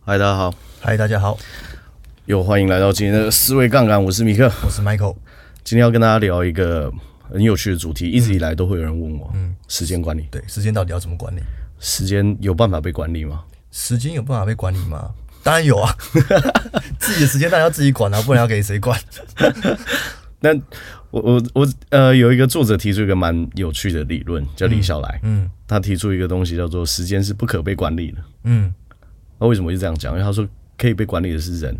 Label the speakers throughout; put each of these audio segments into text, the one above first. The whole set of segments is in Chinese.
Speaker 1: 嗨，大家好，
Speaker 2: 嗨，大家好，
Speaker 1: 又欢迎来到今天的思维杠杆，我是米克。
Speaker 2: 我是 Michael。
Speaker 1: 今天要跟大家聊一个很有趣的主题，一直以来都会有人问我，嗯，时间管理，
Speaker 2: 对，时间到底要怎么管理？
Speaker 1: 时间有办法被管理吗？
Speaker 2: 时间有办法被管理吗？当然有啊， 自己的时间当然要自己管啊，不然要给谁 管？
Speaker 1: 那我我我呃，有一个作者提出一个蛮有趣的理论，叫李笑来，嗯，他提出一个东西叫做时间是不可被管理的。
Speaker 2: 嗯，
Speaker 1: 那为什么会这样讲？因为他说可以被管理的是人，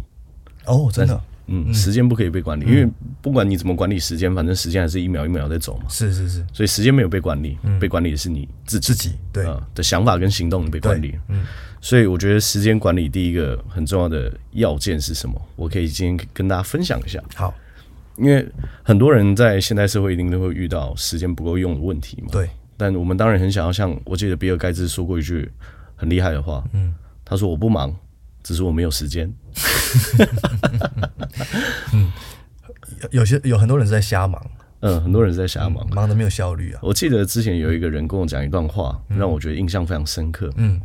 Speaker 2: 哦，真的，
Speaker 1: 嗯，时间不可以被管理，因为不管你怎么管理时间，反正时间还是一秒一秒在走嘛。
Speaker 2: 是是是，
Speaker 1: 所以时间没有被管理，被管理的是你自己
Speaker 2: 嗯自己对，
Speaker 1: 呃的想法跟行动被管理。嗯，所以我觉得时间管理第一个很重要的要件是什么？我可以今天跟大家分享一下，
Speaker 2: 好，
Speaker 1: 因为很多人在现代社会一定都会遇到时间不够用的问题嘛。
Speaker 2: 对，
Speaker 1: 但我们当然很想要像，我记得比尔盖茨说过一句很厉害的话，嗯，他说我不忙，只是我没有时间。
Speaker 2: 有有些有很多人是在瞎忙，
Speaker 1: 嗯，很多人在瞎忙。
Speaker 2: 忙得没有效率啊。
Speaker 1: 我记得之前有一个人跟我讲一段话，让我觉得印象非常深刻。嗯，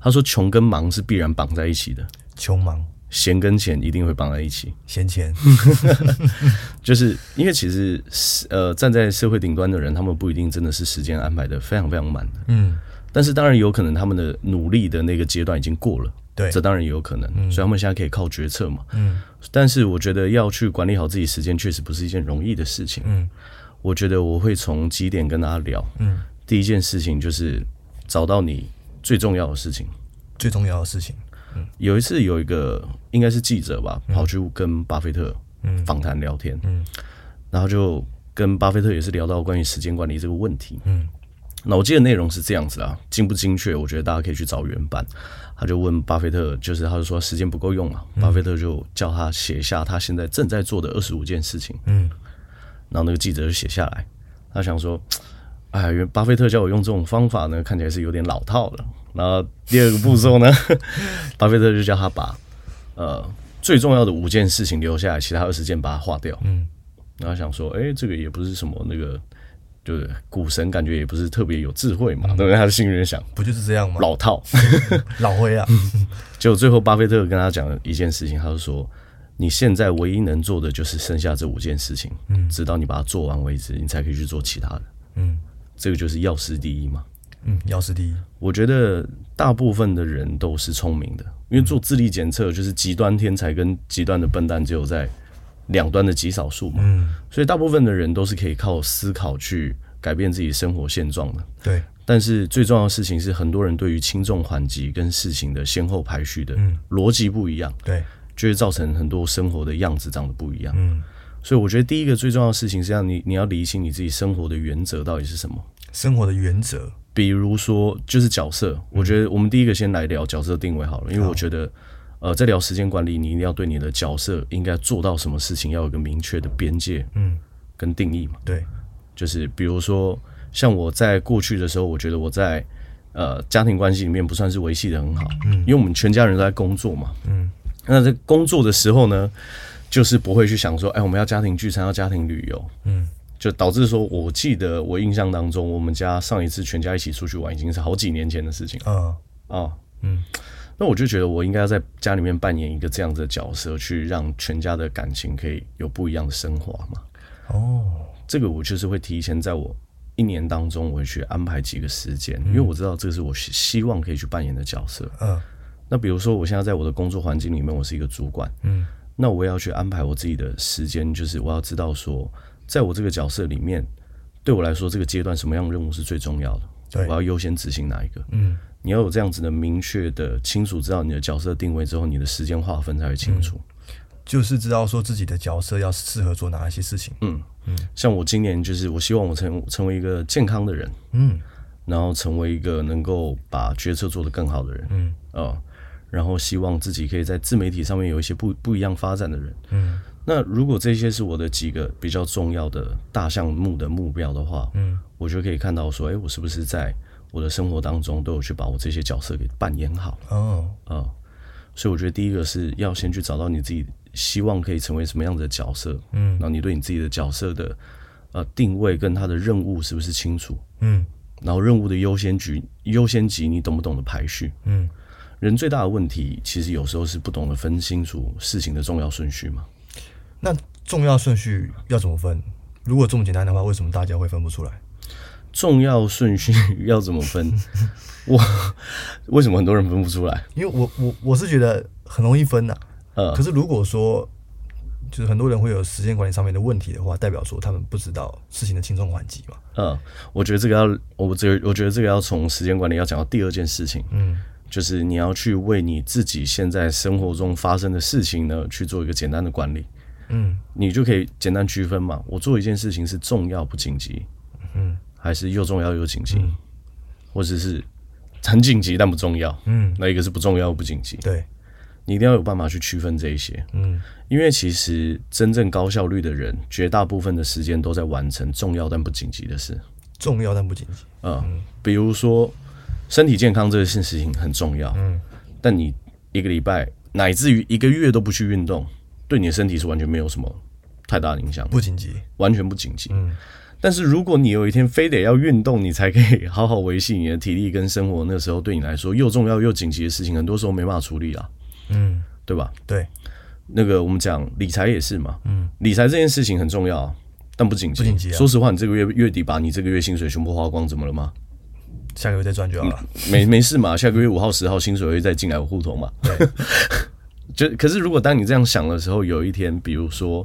Speaker 1: 他说穷跟忙是必然绑在一起的，
Speaker 2: 穷忙
Speaker 1: 闲跟钱一定会绑在一起。
Speaker 2: 闲 钱，
Speaker 1: 就是因为其实是呃，站在社会顶端的人，他们不一定真的是时间安排的非常非常满的。
Speaker 2: 嗯，
Speaker 1: 但是当然有可能他们的努力的那个阶段已经过了。
Speaker 2: 对
Speaker 1: 这当然也有可能，所以他们现在可以靠决策嘛。嗯，但是我觉得要去管理好自己时间，确实不是一件容易的事情。嗯，我觉得我会从几点跟大家聊。嗯，第一件事情就是找到你最重要的事情。
Speaker 2: 最重要的事情，
Speaker 1: 有一次有一个应该是记者吧，跑去跟巴菲特访谈聊天，然后就跟巴菲特也是聊到关于时间管理这个问题，嗯，那我记得内容是这样子啊，精不精确，我觉得大家可以去找原版。他就问巴菲特，就是他就说时间不够用了，巴菲特就叫他写下他现在正在做的二十五件事情，
Speaker 2: 嗯，
Speaker 1: 然后那个记者就写下来，他想说，哎，原巴菲特叫我用这种方法呢，看起来是有点老套了。然后第二个步骤呢，巴菲特就叫他把呃最重要的五件事情留下来，其他二十件把它划掉。嗯，然后想说，哎，这个也不是什么那个，就是股神感觉也不是特别有智慧嘛，对不对？他的心里面想
Speaker 2: 不就是这样吗？
Speaker 1: 老 套。
Speaker 2: 老灰啊，
Speaker 1: 结果最后巴菲特跟他讲了一件事情，他就说。你现在唯一能做的就是剩下这五件事情，嗯，直到你把它做完为止，你才可以去做其他的。
Speaker 2: 嗯
Speaker 1: 这个就是要事第一嘛。
Speaker 2: 嗯，要事第一，
Speaker 1: 我觉得大部分的人都是聪明的，因为做智力检测就是极端天才跟极端的笨蛋只有在两端的极少数嘛，
Speaker 2: 嗯，
Speaker 1: 所以大部分的人都是可以靠思考去改变自己生活现状的。
Speaker 2: 对，
Speaker 1: 但是最重要的事情是，很多人对于轻重缓急跟事情的先后排序的
Speaker 2: 嗯
Speaker 1: 逻辑不一样，
Speaker 2: 对，
Speaker 1: 就会造成很多生活的样子长得不一样。
Speaker 2: 嗯，
Speaker 1: 所以我觉得第一个最重要的事情是让你你要理清你自己生活的原则到底是什么。
Speaker 2: 生活的原则，
Speaker 1: 比如说就是角色，我觉得我们第一个先来聊角色定位好了，因为我觉得，呃，在聊时间管理，你一定要对你的角色应该做到什么事情，要有个明确的边界，
Speaker 2: 嗯，
Speaker 1: 跟定义嘛。
Speaker 2: 对，
Speaker 1: 就是比如说，像我在过去的时候，我觉得我在呃家庭关系里面不算是维系的很好，嗯，因为我们全家人都在工作嘛，嗯，那在工作的时候呢，就是不会去想说，哎，我们要家庭聚餐，要家庭旅游，
Speaker 2: 嗯，
Speaker 1: 就导致说，我记得我印象当中，我们家上一次全家一起出去玩，已经是好几年前的事情了
Speaker 2: 嗯，
Speaker 1: 啊，嗯，那我就觉得我应该要在家里面扮演一个这样子的角色，去让全家的感情可以有不一样的升华嘛，
Speaker 2: 哦，
Speaker 1: 这个我就是会提前在我一年当中，我会去安排几个时间，因为我知道这是我希希望可以去扮演的角色。
Speaker 2: 嗯，
Speaker 1: 那比如说，我现在在我的工作环境里面，我是一个主管，嗯，那我也要去安排我自己的时间，就是我要知道说，在我这个角色里面，对我来说这个阶段什么样的任务是最重要的，
Speaker 2: 对
Speaker 1: 我要优先执行哪一个，嗯，你要有这样子的明确的、清楚知道你的角色定位之后，你的时间划分才会清楚。
Speaker 2: 就是知道说自己的角色要适合做哪一些事情，
Speaker 1: 像我今年就是，我希望我成成为一个健康的人，
Speaker 2: 嗯，
Speaker 1: 然后成为一个能够把决策做得更好的人，嗯，呃，然后希望自己可以在自媒体上面有一些不不一样发展的人，嗯，那如果这些是我的几个比较重要的大项目的目标的话，嗯，我就可以看到说，哎，我是不是在我的生活当中都有去把我这些角色给扮演好，
Speaker 2: 哦，
Speaker 1: 啊、所以我觉得第一个是要先去找到你自己希望可以成为什么样子的角色，嗯，然后你对你自己的角色的呃定位跟他的任务是不是清楚，
Speaker 2: 嗯，
Speaker 1: 然后任务的优先级优先级你懂不懂得排序，
Speaker 2: 嗯，
Speaker 1: 因人最大的问题，其实有时候是不懂得分清楚事情的重要顺序嘛。
Speaker 2: 那重要顺序要怎么分？如果这么简单的话，为什么大家会分不出来？
Speaker 1: 重要顺序 要怎么分？我 为什么很多人分不出来？
Speaker 2: 因为我我我是觉得很容易分呐、
Speaker 1: 呃
Speaker 2: 可是如果说就是很多人会有时间管理上面的问题的话，代表说他们不知道事情的轻重缓急嘛。
Speaker 1: 呃，我觉得这个要，我觉我觉得这个要从时间管理要讲到第二件事情，
Speaker 2: 嗯，
Speaker 1: 就是你要去为你自己现在生活中发生的事情呢，去做一个简单的管理，
Speaker 2: 嗯，
Speaker 1: 你就可以简单区分嘛。我做一件事情是重要不紧急，
Speaker 2: 嗯，
Speaker 1: 还是又重要又紧急，或者是很紧急但不重要，
Speaker 2: 嗯，
Speaker 1: 那一个是不重要又不紧急，
Speaker 2: 对，
Speaker 1: 你一定要有办法去区分这一些，
Speaker 2: 嗯
Speaker 1: 因为其实真正高效率的人，绝大部分的时间都在完成重要但不紧急的事。
Speaker 2: 重要但不紧急。
Speaker 1: 嗯，比如说身体健康这件事情很重要，嗯，但你一个礼拜乃至于一个月都不去运动，对你的身体是完全没有什么太大的影响，
Speaker 2: 不紧急，
Speaker 1: 完全不紧急。嗯，但是如果你有一天非得要运动，你才可以好好维系你的体力跟生活，那时候对你来说又重要又紧急的事情，很多时候没办法处理啊，
Speaker 2: 嗯，
Speaker 1: 对吧？
Speaker 2: 对，
Speaker 1: 那个我们讲理财也是嘛，嗯，理财这件事情很重要啊。但不紧急，
Speaker 2: 不紧急啊
Speaker 1: 说实话，你这个月月底把你这个月薪水全部花光，怎么了吗？
Speaker 2: 下个月再赚就好了。
Speaker 1: 没没事嘛，下个月五号、十号薪水会再进来我户头嘛。
Speaker 2: 对，
Speaker 1: 就可是如果当你这样想的时候，有一天，比如说，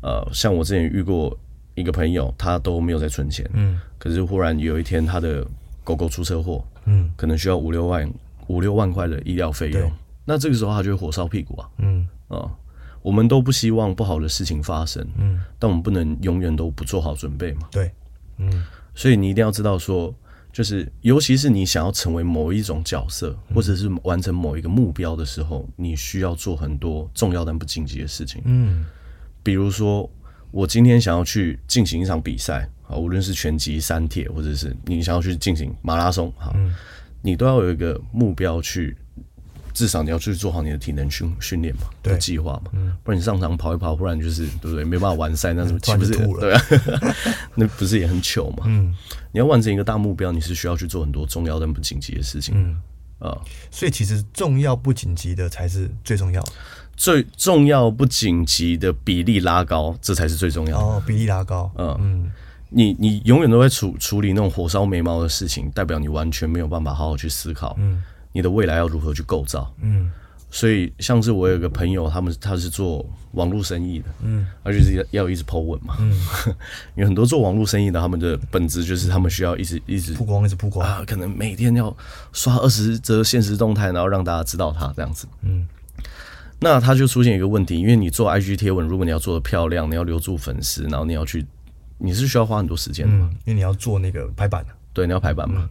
Speaker 1: 呃，像我之前遇过一个朋友，他都没有在存钱，嗯，可是忽然有一天他的狗狗出车祸，
Speaker 2: 嗯，
Speaker 1: 可能需要五六万五六万块的医疗费用，那这个时候他就会火烧屁股啊，
Speaker 2: 嗯
Speaker 1: 啊、我们都不希望不好的事情发生，嗯，但我们不能永远都不做好准备嘛。
Speaker 2: 对，
Speaker 1: 所以你一定要知道说，就是尤其是你想要成为某一种角色，或者是完成某一个目标的时候，你需要做很多重要但不紧急的事情。
Speaker 2: 嗯
Speaker 1: 比如说，我今天想要去进行一场比赛啊，无论是拳击、三铁，或者是你想要去进行马拉松，好，
Speaker 2: 嗯
Speaker 1: 你都要有一个目标去，至少你要去做好你的体能训训练嘛，
Speaker 2: 对嗯
Speaker 1: 的计划嘛，不然你上场跑一跑，忽然就是对不对，没办法完赛，那是
Speaker 2: 突
Speaker 1: 岂
Speaker 2: 然
Speaker 1: 不
Speaker 2: 就是吐 了
Speaker 1: 对啊？那不是也很糗嘛？嗯，你要完成一个大目标，你是需要去做很多重要但不紧急的事情。
Speaker 2: 嗯
Speaker 1: 啊，
Speaker 2: 所以其实重要不紧急的才是最重要的
Speaker 1: 最重要不紧急的比例拉高，这才是最重要的。
Speaker 2: 哦，比例拉高。嗯
Speaker 1: 你你永远都在处处理那种火烧眉毛的事情，代表你完全没有办法好好去思考，你的未来要如何去构造，
Speaker 2: 嗯
Speaker 1: 所以像是我有个朋友，他们他是做网络生意的，嗯，而且是要一直 Po 文嘛，嗯， 因为很多做网络生意的，他们的本质就是他们需要一直一直
Speaker 2: 曝光一直曝光。
Speaker 1: 啊，可能每天要刷二十则现实动态，然后让大家知道他这样子。嗯，那他就出现一个问题，因为你做 IG 贴文，如果你要做的漂亮，你要留住粉丝，然后你要去，你是需要花很多时间的嘛，
Speaker 2: 嗯，因为你要做那个排版的，
Speaker 1: 对，你要排版嘛。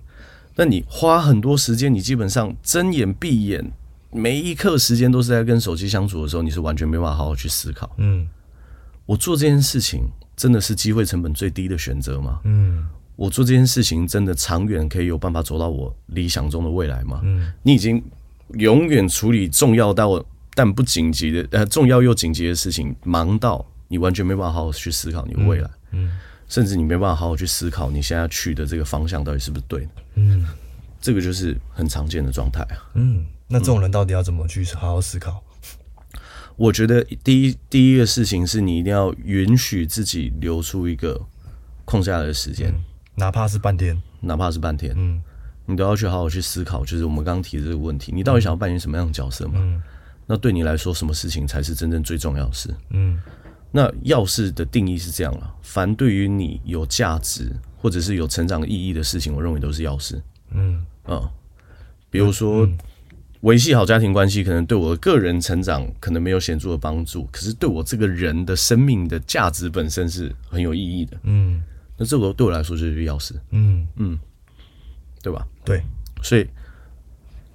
Speaker 1: 那你花很多时间，你基本上睁眼闭眼，每一刻时间都是在跟手机相处的时候，你是完全没办法好好去思考。
Speaker 2: 嗯
Speaker 1: 我做这件事情真的是机会成本最低的选择吗？
Speaker 2: 嗯
Speaker 1: 我做这件事情真的长远可以有办法走到我理想中的未来吗？嗯，你已经永远处理重要到但不紧急的呃重要又紧急的事情，忙到你完全没办法好好去思考你的未来，嗯，甚至你没办法好好去思考你现在去的这个方向到底是不是对的，嗯，这个就是很常见的状态啊。
Speaker 2: 嗯，那这种人到底要怎么去好好思考？
Speaker 1: 我觉得第一第一个事情是你一定要允许自己留出一个空下来的时间，
Speaker 2: 哪怕是半天，
Speaker 1: 哪怕是半天，
Speaker 2: 嗯
Speaker 1: 你都要去好好去思考，就是我们刚刚提的这个问题，你到底想要扮演什么样的角色嘛？
Speaker 2: 嗯
Speaker 1: 那对你来说，什么事情才是真正最重要的事？
Speaker 2: 嗯
Speaker 1: 那要事的定义是这样了，凡对于你有价值或者是有成长意义的事情，我认为都是要事。
Speaker 2: 嗯
Speaker 1: 嗯，比如说维系好家庭关系，可能对我个人成长可能没有显著的帮助，可是对我这个人的生命的价值本身是很有意义的。
Speaker 2: 嗯
Speaker 1: 那这个对我来说就是要事，
Speaker 2: 嗯，
Speaker 1: 对吧？
Speaker 2: 对，
Speaker 1: 所以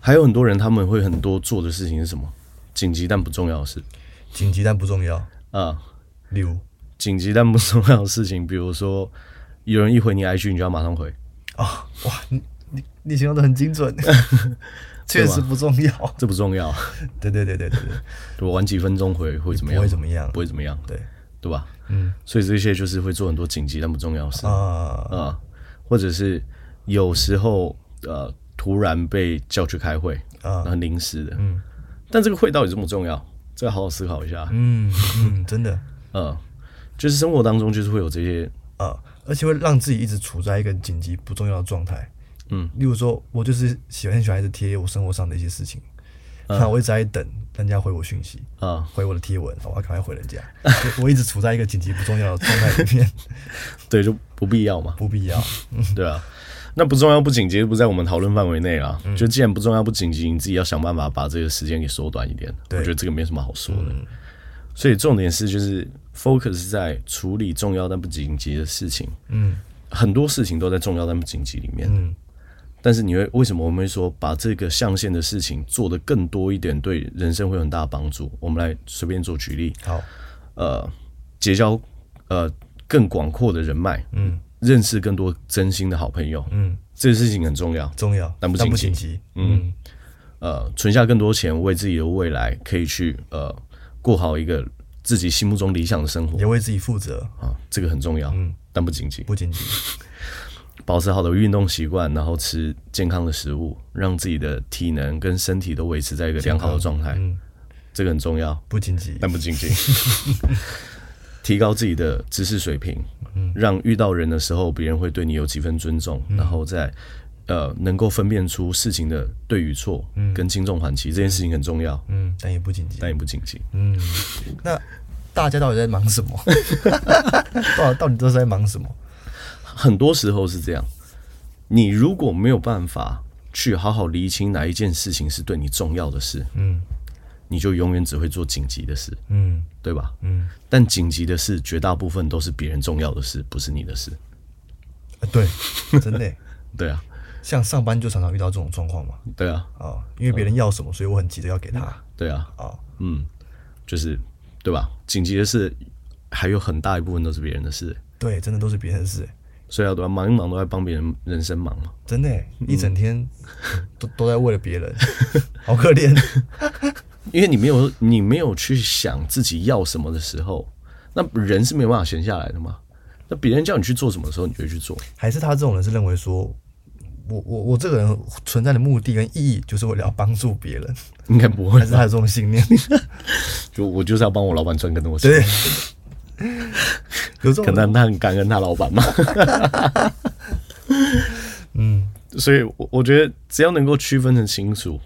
Speaker 1: 还有很多人他们会很多做的事情是什么？紧急但不重要的事
Speaker 2: 紧急但不重要。
Speaker 1: 啊，
Speaker 2: 例如，
Speaker 1: 紧急但不重要的事情，比如说有人一回你 IG，你就要马上回，
Speaker 2: 啊，哇，你你你形容的很精准，确实不重要。
Speaker 1: 这不重要，
Speaker 2: 对对对对对对，
Speaker 1: 对吧？晚几分钟回会怎么
Speaker 2: 不
Speaker 1: 样？
Speaker 2: 会怎么样
Speaker 1: 不。会怎么样，
Speaker 2: 对
Speaker 1: 对吧？嗯，所以这些就是会做很多紧急但不重要的事啊、
Speaker 2: 啊，
Speaker 1: 或者是有时候呃突然被叫去开会，啊，很临时的。嗯，但这个会到底重不重要？这个好好思考一下。
Speaker 2: 嗯嗯，真的
Speaker 1: 嗯，就是生活当中就是会有这些，
Speaker 2: 啊，而且会让自己一直处在一个紧急不重要的状态。
Speaker 1: 嗯，
Speaker 2: 例如说，我就是喜欢很喜欢一直贴我生活上的一些事情，那、我一直在等人家回我讯息
Speaker 1: 啊
Speaker 2: 回我的贴文，我要赶快回人家。我我一直处在一个紧急不重要的状态里面，
Speaker 1: 对，就不必要 嘛。
Speaker 2: 不必要。
Speaker 1: 对啊，那不重要不紧急不在我们讨论范围内啊。就既然不重要不紧急，你自己要想办法把这个时间给缩短一点。我
Speaker 2: 对嗯
Speaker 1: 觉得这个没什么好说的。所以重点是就是 focus 在处理重要但不紧急的事情。
Speaker 2: 嗯
Speaker 1: 很多事情都在重要但不紧急里面。
Speaker 2: 嗯
Speaker 1: 但是你会为什么我们会说把这个象限的事情做得更多一点，对人生会有很大的帮助？我们来随便做举例，
Speaker 2: 好，
Speaker 1: 呃，结交呃更广阔的人脉，
Speaker 2: 嗯
Speaker 1: 认识更多真心的好朋友，
Speaker 2: 嗯，
Speaker 1: 这个事情很重要。
Speaker 2: 重要，
Speaker 1: 但不
Speaker 2: 但不
Speaker 1: 紧
Speaker 2: 紧急。
Speaker 1: 嗯，呃，存下更多钱，为自己的未来可以去呃过好一个自己心目中理想的生活
Speaker 2: 也为自己负责，
Speaker 1: 啊，这个很重要。但不紧急，
Speaker 2: 嗯不紧急。
Speaker 1: 保持好的运动习惯，然后吃健康的食物，让自己的体能跟身体都维持在一个良好的状态，
Speaker 2: 嗯，
Speaker 1: 这个很重要。
Speaker 2: 不紧急。
Speaker 1: 但不仅仅 提高自己的知识水平，让遇到人的时候，别人会对你有几分尊重，
Speaker 2: 嗯
Speaker 1: 然后再呃能够分辨出事情的对与错，跟轻重缓急，这件事情很重要，
Speaker 2: 嗯，但也不紧急。
Speaker 1: 但也不紧急。
Speaker 2: 那大家到底在忙什么？ 到底到底都是在忙什么？
Speaker 1: 很多时候是这样，你如果没有办法去好好厘清哪一件事情是对你重要的事，
Speaker 2: 嗯
Speaker 1: 你就永远只会做紧急的事，
Speaker 2: 嗯
Speaker 1: 对吧？
Speaker 2: 嗯，
Speaker 1: 但紧急的事绝大部分都是别人重要的事，不是你的事，
Speaker 2: 啊对，真的耶，
Speaker 1: 对啊，
Speaker 2: 像上班就常常遇到这种状况嘛。
Speaker 1: 对啊，
Speaker 2: 啊、因为别人要什么，所以我很急着要给他。
Speaker 1: 对啊，
Speaker 2: 哦，
Speaker 1: 嗯，就是对吧？紧急的事还有很大一部分都是别人的事，
Speaker 2: 对，真的都是别人的事耶，
Speaker 1: 所以要忙一忙都在帮别人人生忙嘛。
Speaker 2: 真的耶，
Speaker 1: 嗯
Speaker 2: 一整天嗯都都在为了别人， 好可怜。
Speaker 1: 因为你没有你没有去想自己要什么的时候，那人是没有办法闲下来的嘛。那别人叫你去做什么的时候，你就会去做。
Speaker 2: 还是他这种人是认为说，我我我这个人存在的目的跟意义就是为了要帮助别人，
Speaker 1: 应该不会
Speaker 2: 还，是他有这种信念？
Speaker 1: 就我就是要帮我老板赚更多钱。
Speaker 2: 对，有这种
Speaker 1: 可能他很感恩他老板嘛。 嗯，所以我我觉得只要能够区分的清楚，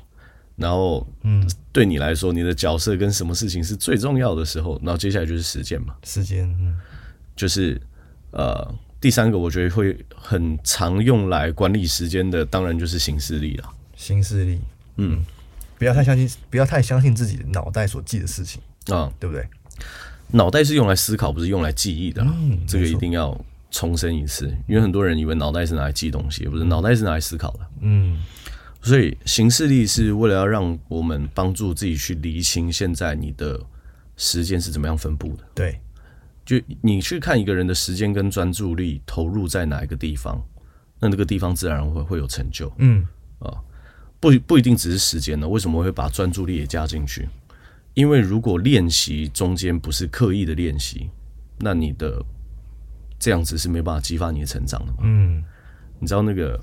Speaker 1: 然后嗯，对你来说，你的角色跟什么事情是最重要的时候，然后接下来就是实践嘛，
Speaker 2: 时间，嗯
Speaker 1: 就是呃，第三个我觉得会很常用来管理时间的，当然就是行事力了。
Speaker 2: 新势力，嗯，不要太相信，不要太相信自己脑袋所记的事情，
Speaker 1: 啊、
Speaker 2: 对不对？
Speaker 1: 脑袋是用来思考，不是用来记忆的啦。啊
Speaker 2: 嗯
Speaker 1: 这个一定要重申一次，因为很多人以为脑袋是拿来记东西，不是，脑袋是拿来思考的。
Speaker 2: 嗯
Speaker 1: 所以行事力是为了要让我们帮助自己去厘清现在你的时间是怎么样分布的。
Speaker 2: 对，
Speaker 1: 就你去看一个人的时间跟专注力投入在哪一个地方，那那个地方自然会会有成就。啊
Speaker 2: 嗯
Speaker 1: 不不一定只是时间呢，为什么会把专注力也加进去？因为如果练习中间不是刻意的练习，那你的这样子是没办法激发你的成长的嘛。
Speaker 2: 嗯
Speaker 1: 你知道那个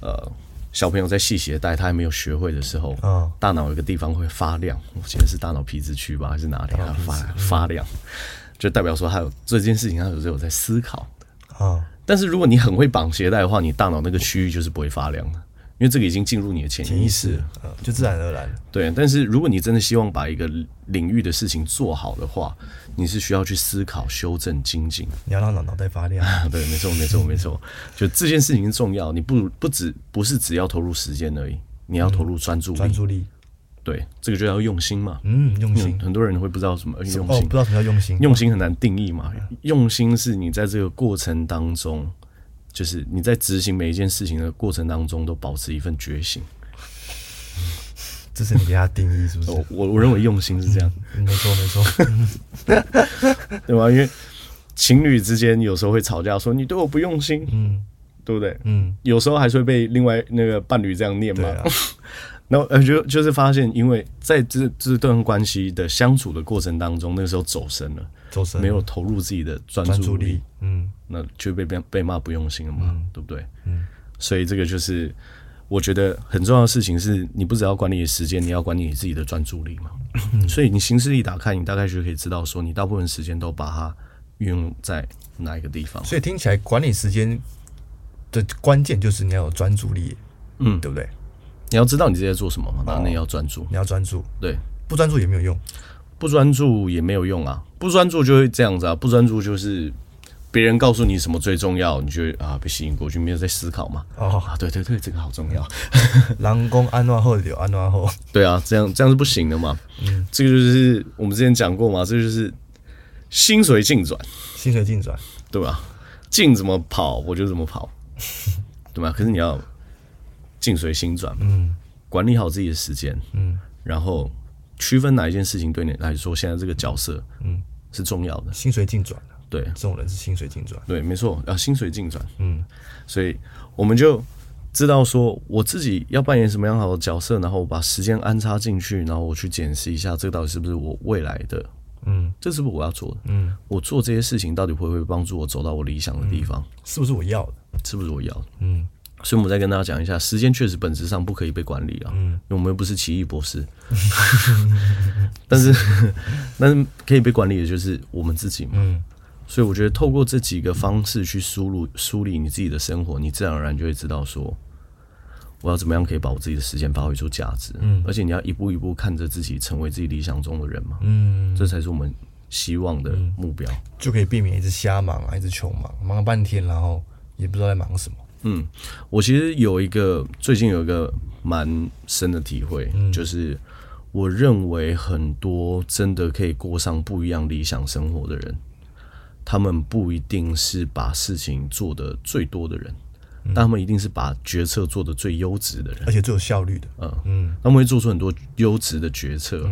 Speaker 1: 呃小朋友在系鞋带他还没有学会的时候，
Speaker 2: 啊
Speaker 1: 大脑有个地方会发亮，我记得是大脑皮质区吧，还是哪里？它发发亮，就代表说他有这件事情，他有时候有在思考。
Speaker 2: 啊，
Speaker 1: 但是如果你很会绑鞋带的话，你大脑那个区域就是不会发亮的，因为这个已经进入你的潜
Speaker 2: 潜
Speaker 1: 意
Speaker 2: 意
Speaker 1: 识
Speaker 2: 识
Speaker 1: 了。，
Speaker 2: 嗯，就自然而然。
Speaker 1: 对，但是如果你真的希望把一个领域的事情做好的话，你是需要去思考、修正、精进。
Speaker 2: 你要让脑脑袋发亮。
Speaker 1: 啊，对，没错，没错，没错，就这件事情是重要，你不不只不是只要投入时间而已，你要投入专注力。
Speaker 2: 专注力，
Speaker 1: 对，这个就要用心嘛。
Speaker 2: 嗯，用心。
Speaker 1: 很多人会不知道什么呃用心，
Speaker 2: 哦，不知嗯道什么叫用心，
Speaker 1: 用心很难定义嘛。用心是你在这个过程当中，就是你在执行每一件事情的过程当中，都保持一份觉醒。
Speaker 2: 这是你给他定义是不是？
Speaker 1: 我我我认为用心是这样，
Speaker 2: 嗯没错没错，
Speaker 1: 对吧？因为情侣之间有时候会吵架，说你对我不用心，
Speaker 2: 嗯
Speaker 1: 对不对？
Speaker 2: 嗯，
Speaker 1: 有时候还是会被另外那个伴侣这样念
Speaker 2: 对
Speaker 1: 嘛。
Speaker 2: 啊，
Speaker 1: 然后呃，就就是发现，因为在这这段关系的相处的过程当中，那个时候走神了，
Speaker 2: 周深
Speaker 1: 没有投入自己的专
Speaker 2: 专
Speaker 1: 注
Speaker 2: 注
Speaker 1: 力
Speaker 2: 力，，嗯嗯
Speaker 1: 那就被被被骂不用心了嘛，对不对？嗯，所以这个就是我觉得很重要的事情是你不只要管理时间，你要管理你自己的专注力嘛。
Speaker 2: 嗯
Speaker 1: 所以你行事历打开，你大概就可以知道说你大部分时间都把它运用在哪一个地方。
Speaker 2: 所以听起来管理时间的关键就是你要有专注力，
Speaker 1: 嗯
Speaker 2: 对不对？
Speaker 1: 你要知道你自己在做什么嘛，
Speaker 2: 哦
Speaker 1: 然后你要专注。
Speaker 2: 你要专注，
Speaker 1: 对，
Speaker 2: 不专注也没有用。
Speaker 1: 不专注也没有用啊，不专注就会这样子啊，不专注就是别人告诉你什么最重要，你就会啊被吸引过去，没有在思考嘛。
Speaker 2: 哦，
Speaker 1: 啊，对对对，这个好重要。
Speaker 2: 狼公安暖后柳安暖后，
Speaker 1: 对啊，这样这样是不行的嘛。这个就是我们之前讲过嘛，这就是心随境转，
Speaker 2: 薪水进转，
Speaker 1: 对吧？境怎么跑，我就怎么跑，对吧？可是你要境随心转，嗯，管理好自己的时间，嗯，然后区分哪一件事情对你来说现在这个角色，嗯，是重要的，
Speaker 2: 薪水进转啊
Speaker 1: 对。
Speaker 2: 这种人是薪水进转。
Speaker 1: 对，没错，啊，薪水进转，嗯，所以我们就知道说我自己要扮演什么样好的角色，然后我把时间安插进去，然后我去检视一下这个到底是不是我未来的，嗯，这是不是我要做的，嗯，我做这些事情到底会不会帮助我走到我理想的地方，
Speaker 2: 是不是我要的？
Speaker 1: 是不是我要的，嗯。所以我们再跟大家讲一下，时间确实本质上不可以被管理啊，嗯、因为我们又不是奇异博士， 但是 但是可以被管理的就是我们自己嘛，所以我觉得透过这几个方式去输入梳理你自己的生活，你自然而然就会知道说，我要怎么样可以把我自己的时间发挥出价值。嗯，而且你要一步一步看着自己成为自己理想中的人嘛。嗯，这才是我们希望的目标。
Speaker 2: 就可以避免一直瞎忙啊，一直穷忙，忙了半天，然后也不知道在忙什么。
Speaker 1: 嗯，我其实有一个最近有一个蛮深的体会，就是我认为很多真的可以过上不一样理想生活的人，他们不一定是把事情做得最多的人，但他们一定是把决策做得最优质的人。
Speaker 2: 而且最有效率的，
Speaker 1: 嗯，他们会做出很多优质的决策，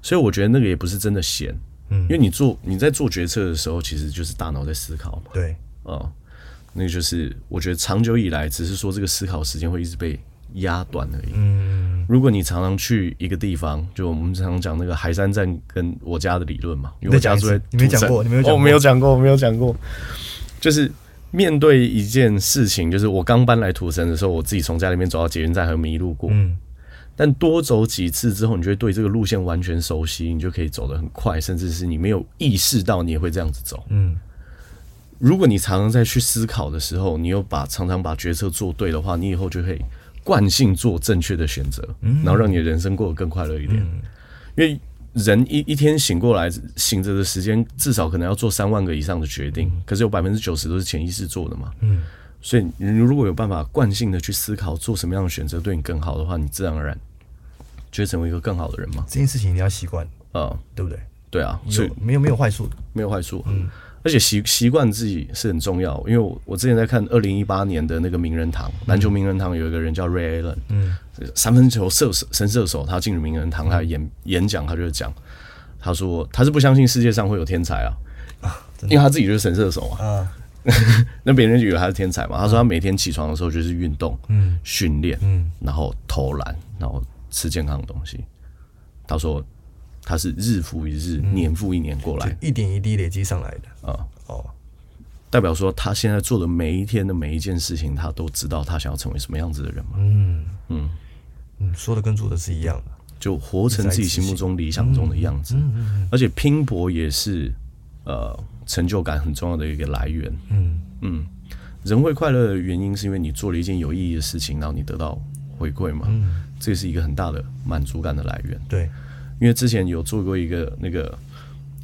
Speaker 1: 所以我觉得那个也不是真的闲，嗯，因为你做你在做决策的时候，其实就是大脑在思考嘛，
Speaker 2: 对，
Speaker 1: 哦，那个就是我觉得长久以来，只是说这个思考时间会一直被压短而已。嗯，如果你常常去一个地方，就我们常常讲那个海山站跟我家的理论嘛，因为我家住在
Speaker 2: 你再讲一次
Speaker 1: 土城
Speaker 2: 你没讲过你没有讲
Speaker 1: 哦
Speaker 2: 过
Speaker 1: 我没有讲过，我没有讲过，就是。面对一件事情，就是我刚搬来土城的时候，我自己从家里面走到捷运站还迷路过。
Speaker 2: 嗯，
Speaker 1: 但多走几次之后，你就会对这个路线完全熟悉，你就可以走得很快，甚至是你没有意识到你也会这样子走。
Speaker 2: 嗯，
Speaker 1: 如果你常常在去思考的时候，你又把常常把决策做对的话，你以后就会惯性做正确的选择，然后让你的人生过得更快乐一点。因为人一一天醒过来，醒着的时间至少可能要做三万个以上的决定，可是有百分之九十都是潜意识做的嘛。嗯，所以你如果有办法惯性的去思考做什么样的选择对你更好的话，你自然而然就会成为一个更好的人嘛。
Speaker 2: 这件事情你要习惯，
Speaker 1: 啊、
Speaker 2: 对不对？
Speaker 1: 对啊，所以
Speaker 2: 有没有没有坏处的？
Speaker 1: 没有坏处。嗯，而且习习惯自己是很重要，因为我我之前在看二零一八年的那个名人堂，篮球名人堂有一个人叫 Ray Allen，嗯，三分球射手神射手，他进入名人堂，他演演讲，他就讲，他说他是不相信世界上会有天才啊，因为他自己就是神射手啊。
Speaker 2: 啊，
Speaker 1: 那别人就以为他是天才嘛。他说他每天起床的时候就是运动、嗯，训练，嗯，然后投篮，然后吃健康的东西。他说他是日复一日、年复一年过来，
Speaker 2: 一点一滴累积上来的。
Speaker 1: 啊，
Speaker 2: 哦，
Speaker 1: 代表说他现在做的每一天的每一件事情，他都知道他想要成为什么样子的人嘛，
Speaker 2: 嗯，说的跟做的是一样的，
Speaker 1: 就活成自己心目中理想中的样子。而且拼搏也是呃成就感很重要的一个来源。嗯人会快乐的原因是因为你做了一件有意义的事情，然后你得到回馈嘛，这是一个很大的满足感的来源。
Speaker 2: 对，
Speaker 1: 因为之前有做过一个那个，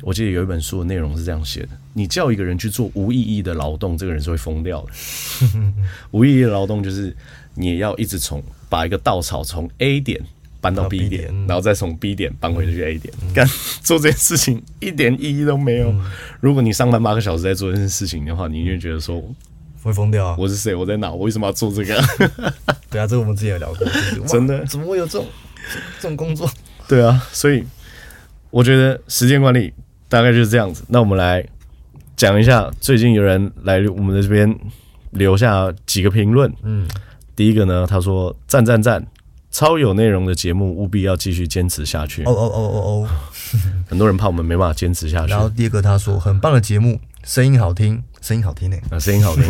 Speaker 1: 我记得有一本书的内容是这样写的：你叫一个人去做无意义的劳动，这个人是会疯掉的。 无意义的劳动就是你也要一直从把一个稻草从 A 点搬到 B
Speaker 2: 到 B
Speaker 1: 点嗯
Speaker 2: 点，嗯
Speaker 1: 然后再从 B 点搬回去 A 点。干、做这件事情一点意义都没有。如果你上班八个小时在做这件事情的话，你就会觉得说
Speaker 2: 会疯掉啊。
Speaker 1: 我是谁，我在哪，我为什么要做这个？
Speaker 2: 对啊，这个我们之前有聊过，就是哇
Speaker 1: 真的
Speaker 2: 怎么会有这种这种工作？
Speaker 1: 对啊，所以我觉得时间管理大概就是这样子。那我们来讲一下，最近有人来我们的这边留下几个评论。嗯，第一个呢，他说赞赞赞，超有内容的节目，务必要继续坚持下去。
Speaker 2: 哦哦哦哦哦。
Speaker 1: 很多人怕我们没办法坚持下去
Speaker 2: 然，后第二个他说很棒的节目，声音好听，声音好听呢、
Speaker 1: 啊，声音好听。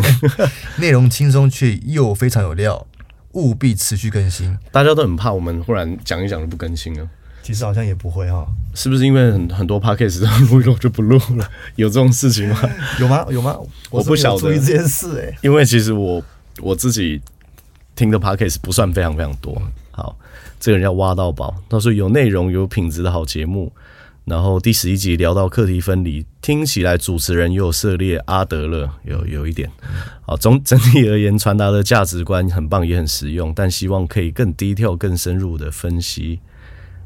Speaker 2: 内容轻松却又非常有料。务必持续更新。
Speaker 1: 大家都很怕我们忽然讲一讲就不更新了，
Speaker 2: 其实好像也不会哈，
Speaker 1: 是不是因为很很多 podcast 都录一录就不录了？有这种事情吗？
Speaker 2: 有吗？有吗？
Speaker 1: 我
Speaker 2: 是
Speaker 1: 不
Speaker 2: 没有
Speaker 1: 晓得
Speaker 2: 注意这件事哎、
Speaker 1: 因为其实我我自己听的 podcast 不算非常非常多。好，这个人要挖到宝，他说有内容、有品质的好节目。然后第十一集聊到课题分离，听起来主持人又有涉猎阿德勒，有有一点。好，总 整体而言，传达的价值观很棒，也很实用，但希望可以更低调、更深入的分析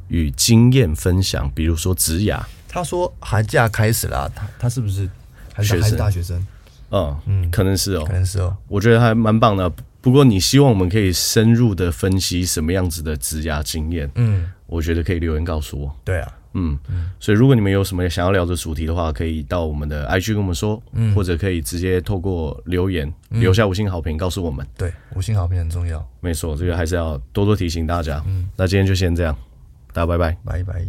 Speaker 1: 与经验分享，比如说职涯。
Speaker 2: 他说寒假开始啦，他他是不是还
Speaker 1: 学生
Speaker 2: 是还是大学生？
Speaker 1: 嗯嗯，可能是哦，
Speaker 2: 可能是哦。
Speaker 1: 我觉得还蛮棒的。不过你希望我们可以深入的分析什么样子的职涯经验，
Speaker 2: 嗯，
Speaker 1: 我觉得可以留言告诉我。
Speaker 2: 对啊，
Speaker 1: 嗯，所以如果你们有什么想要聊的主题的话，可以到我们的 IG 跟我们说，或者可以直接透过留言留下五星好评告诉我们。
Speaker 2: 对，五星好评很重要。
Speaker 1: 没错，这个还是要多多提醒大家。那今天就先这样，大家拜拜。
Speaker 2: 拜拜。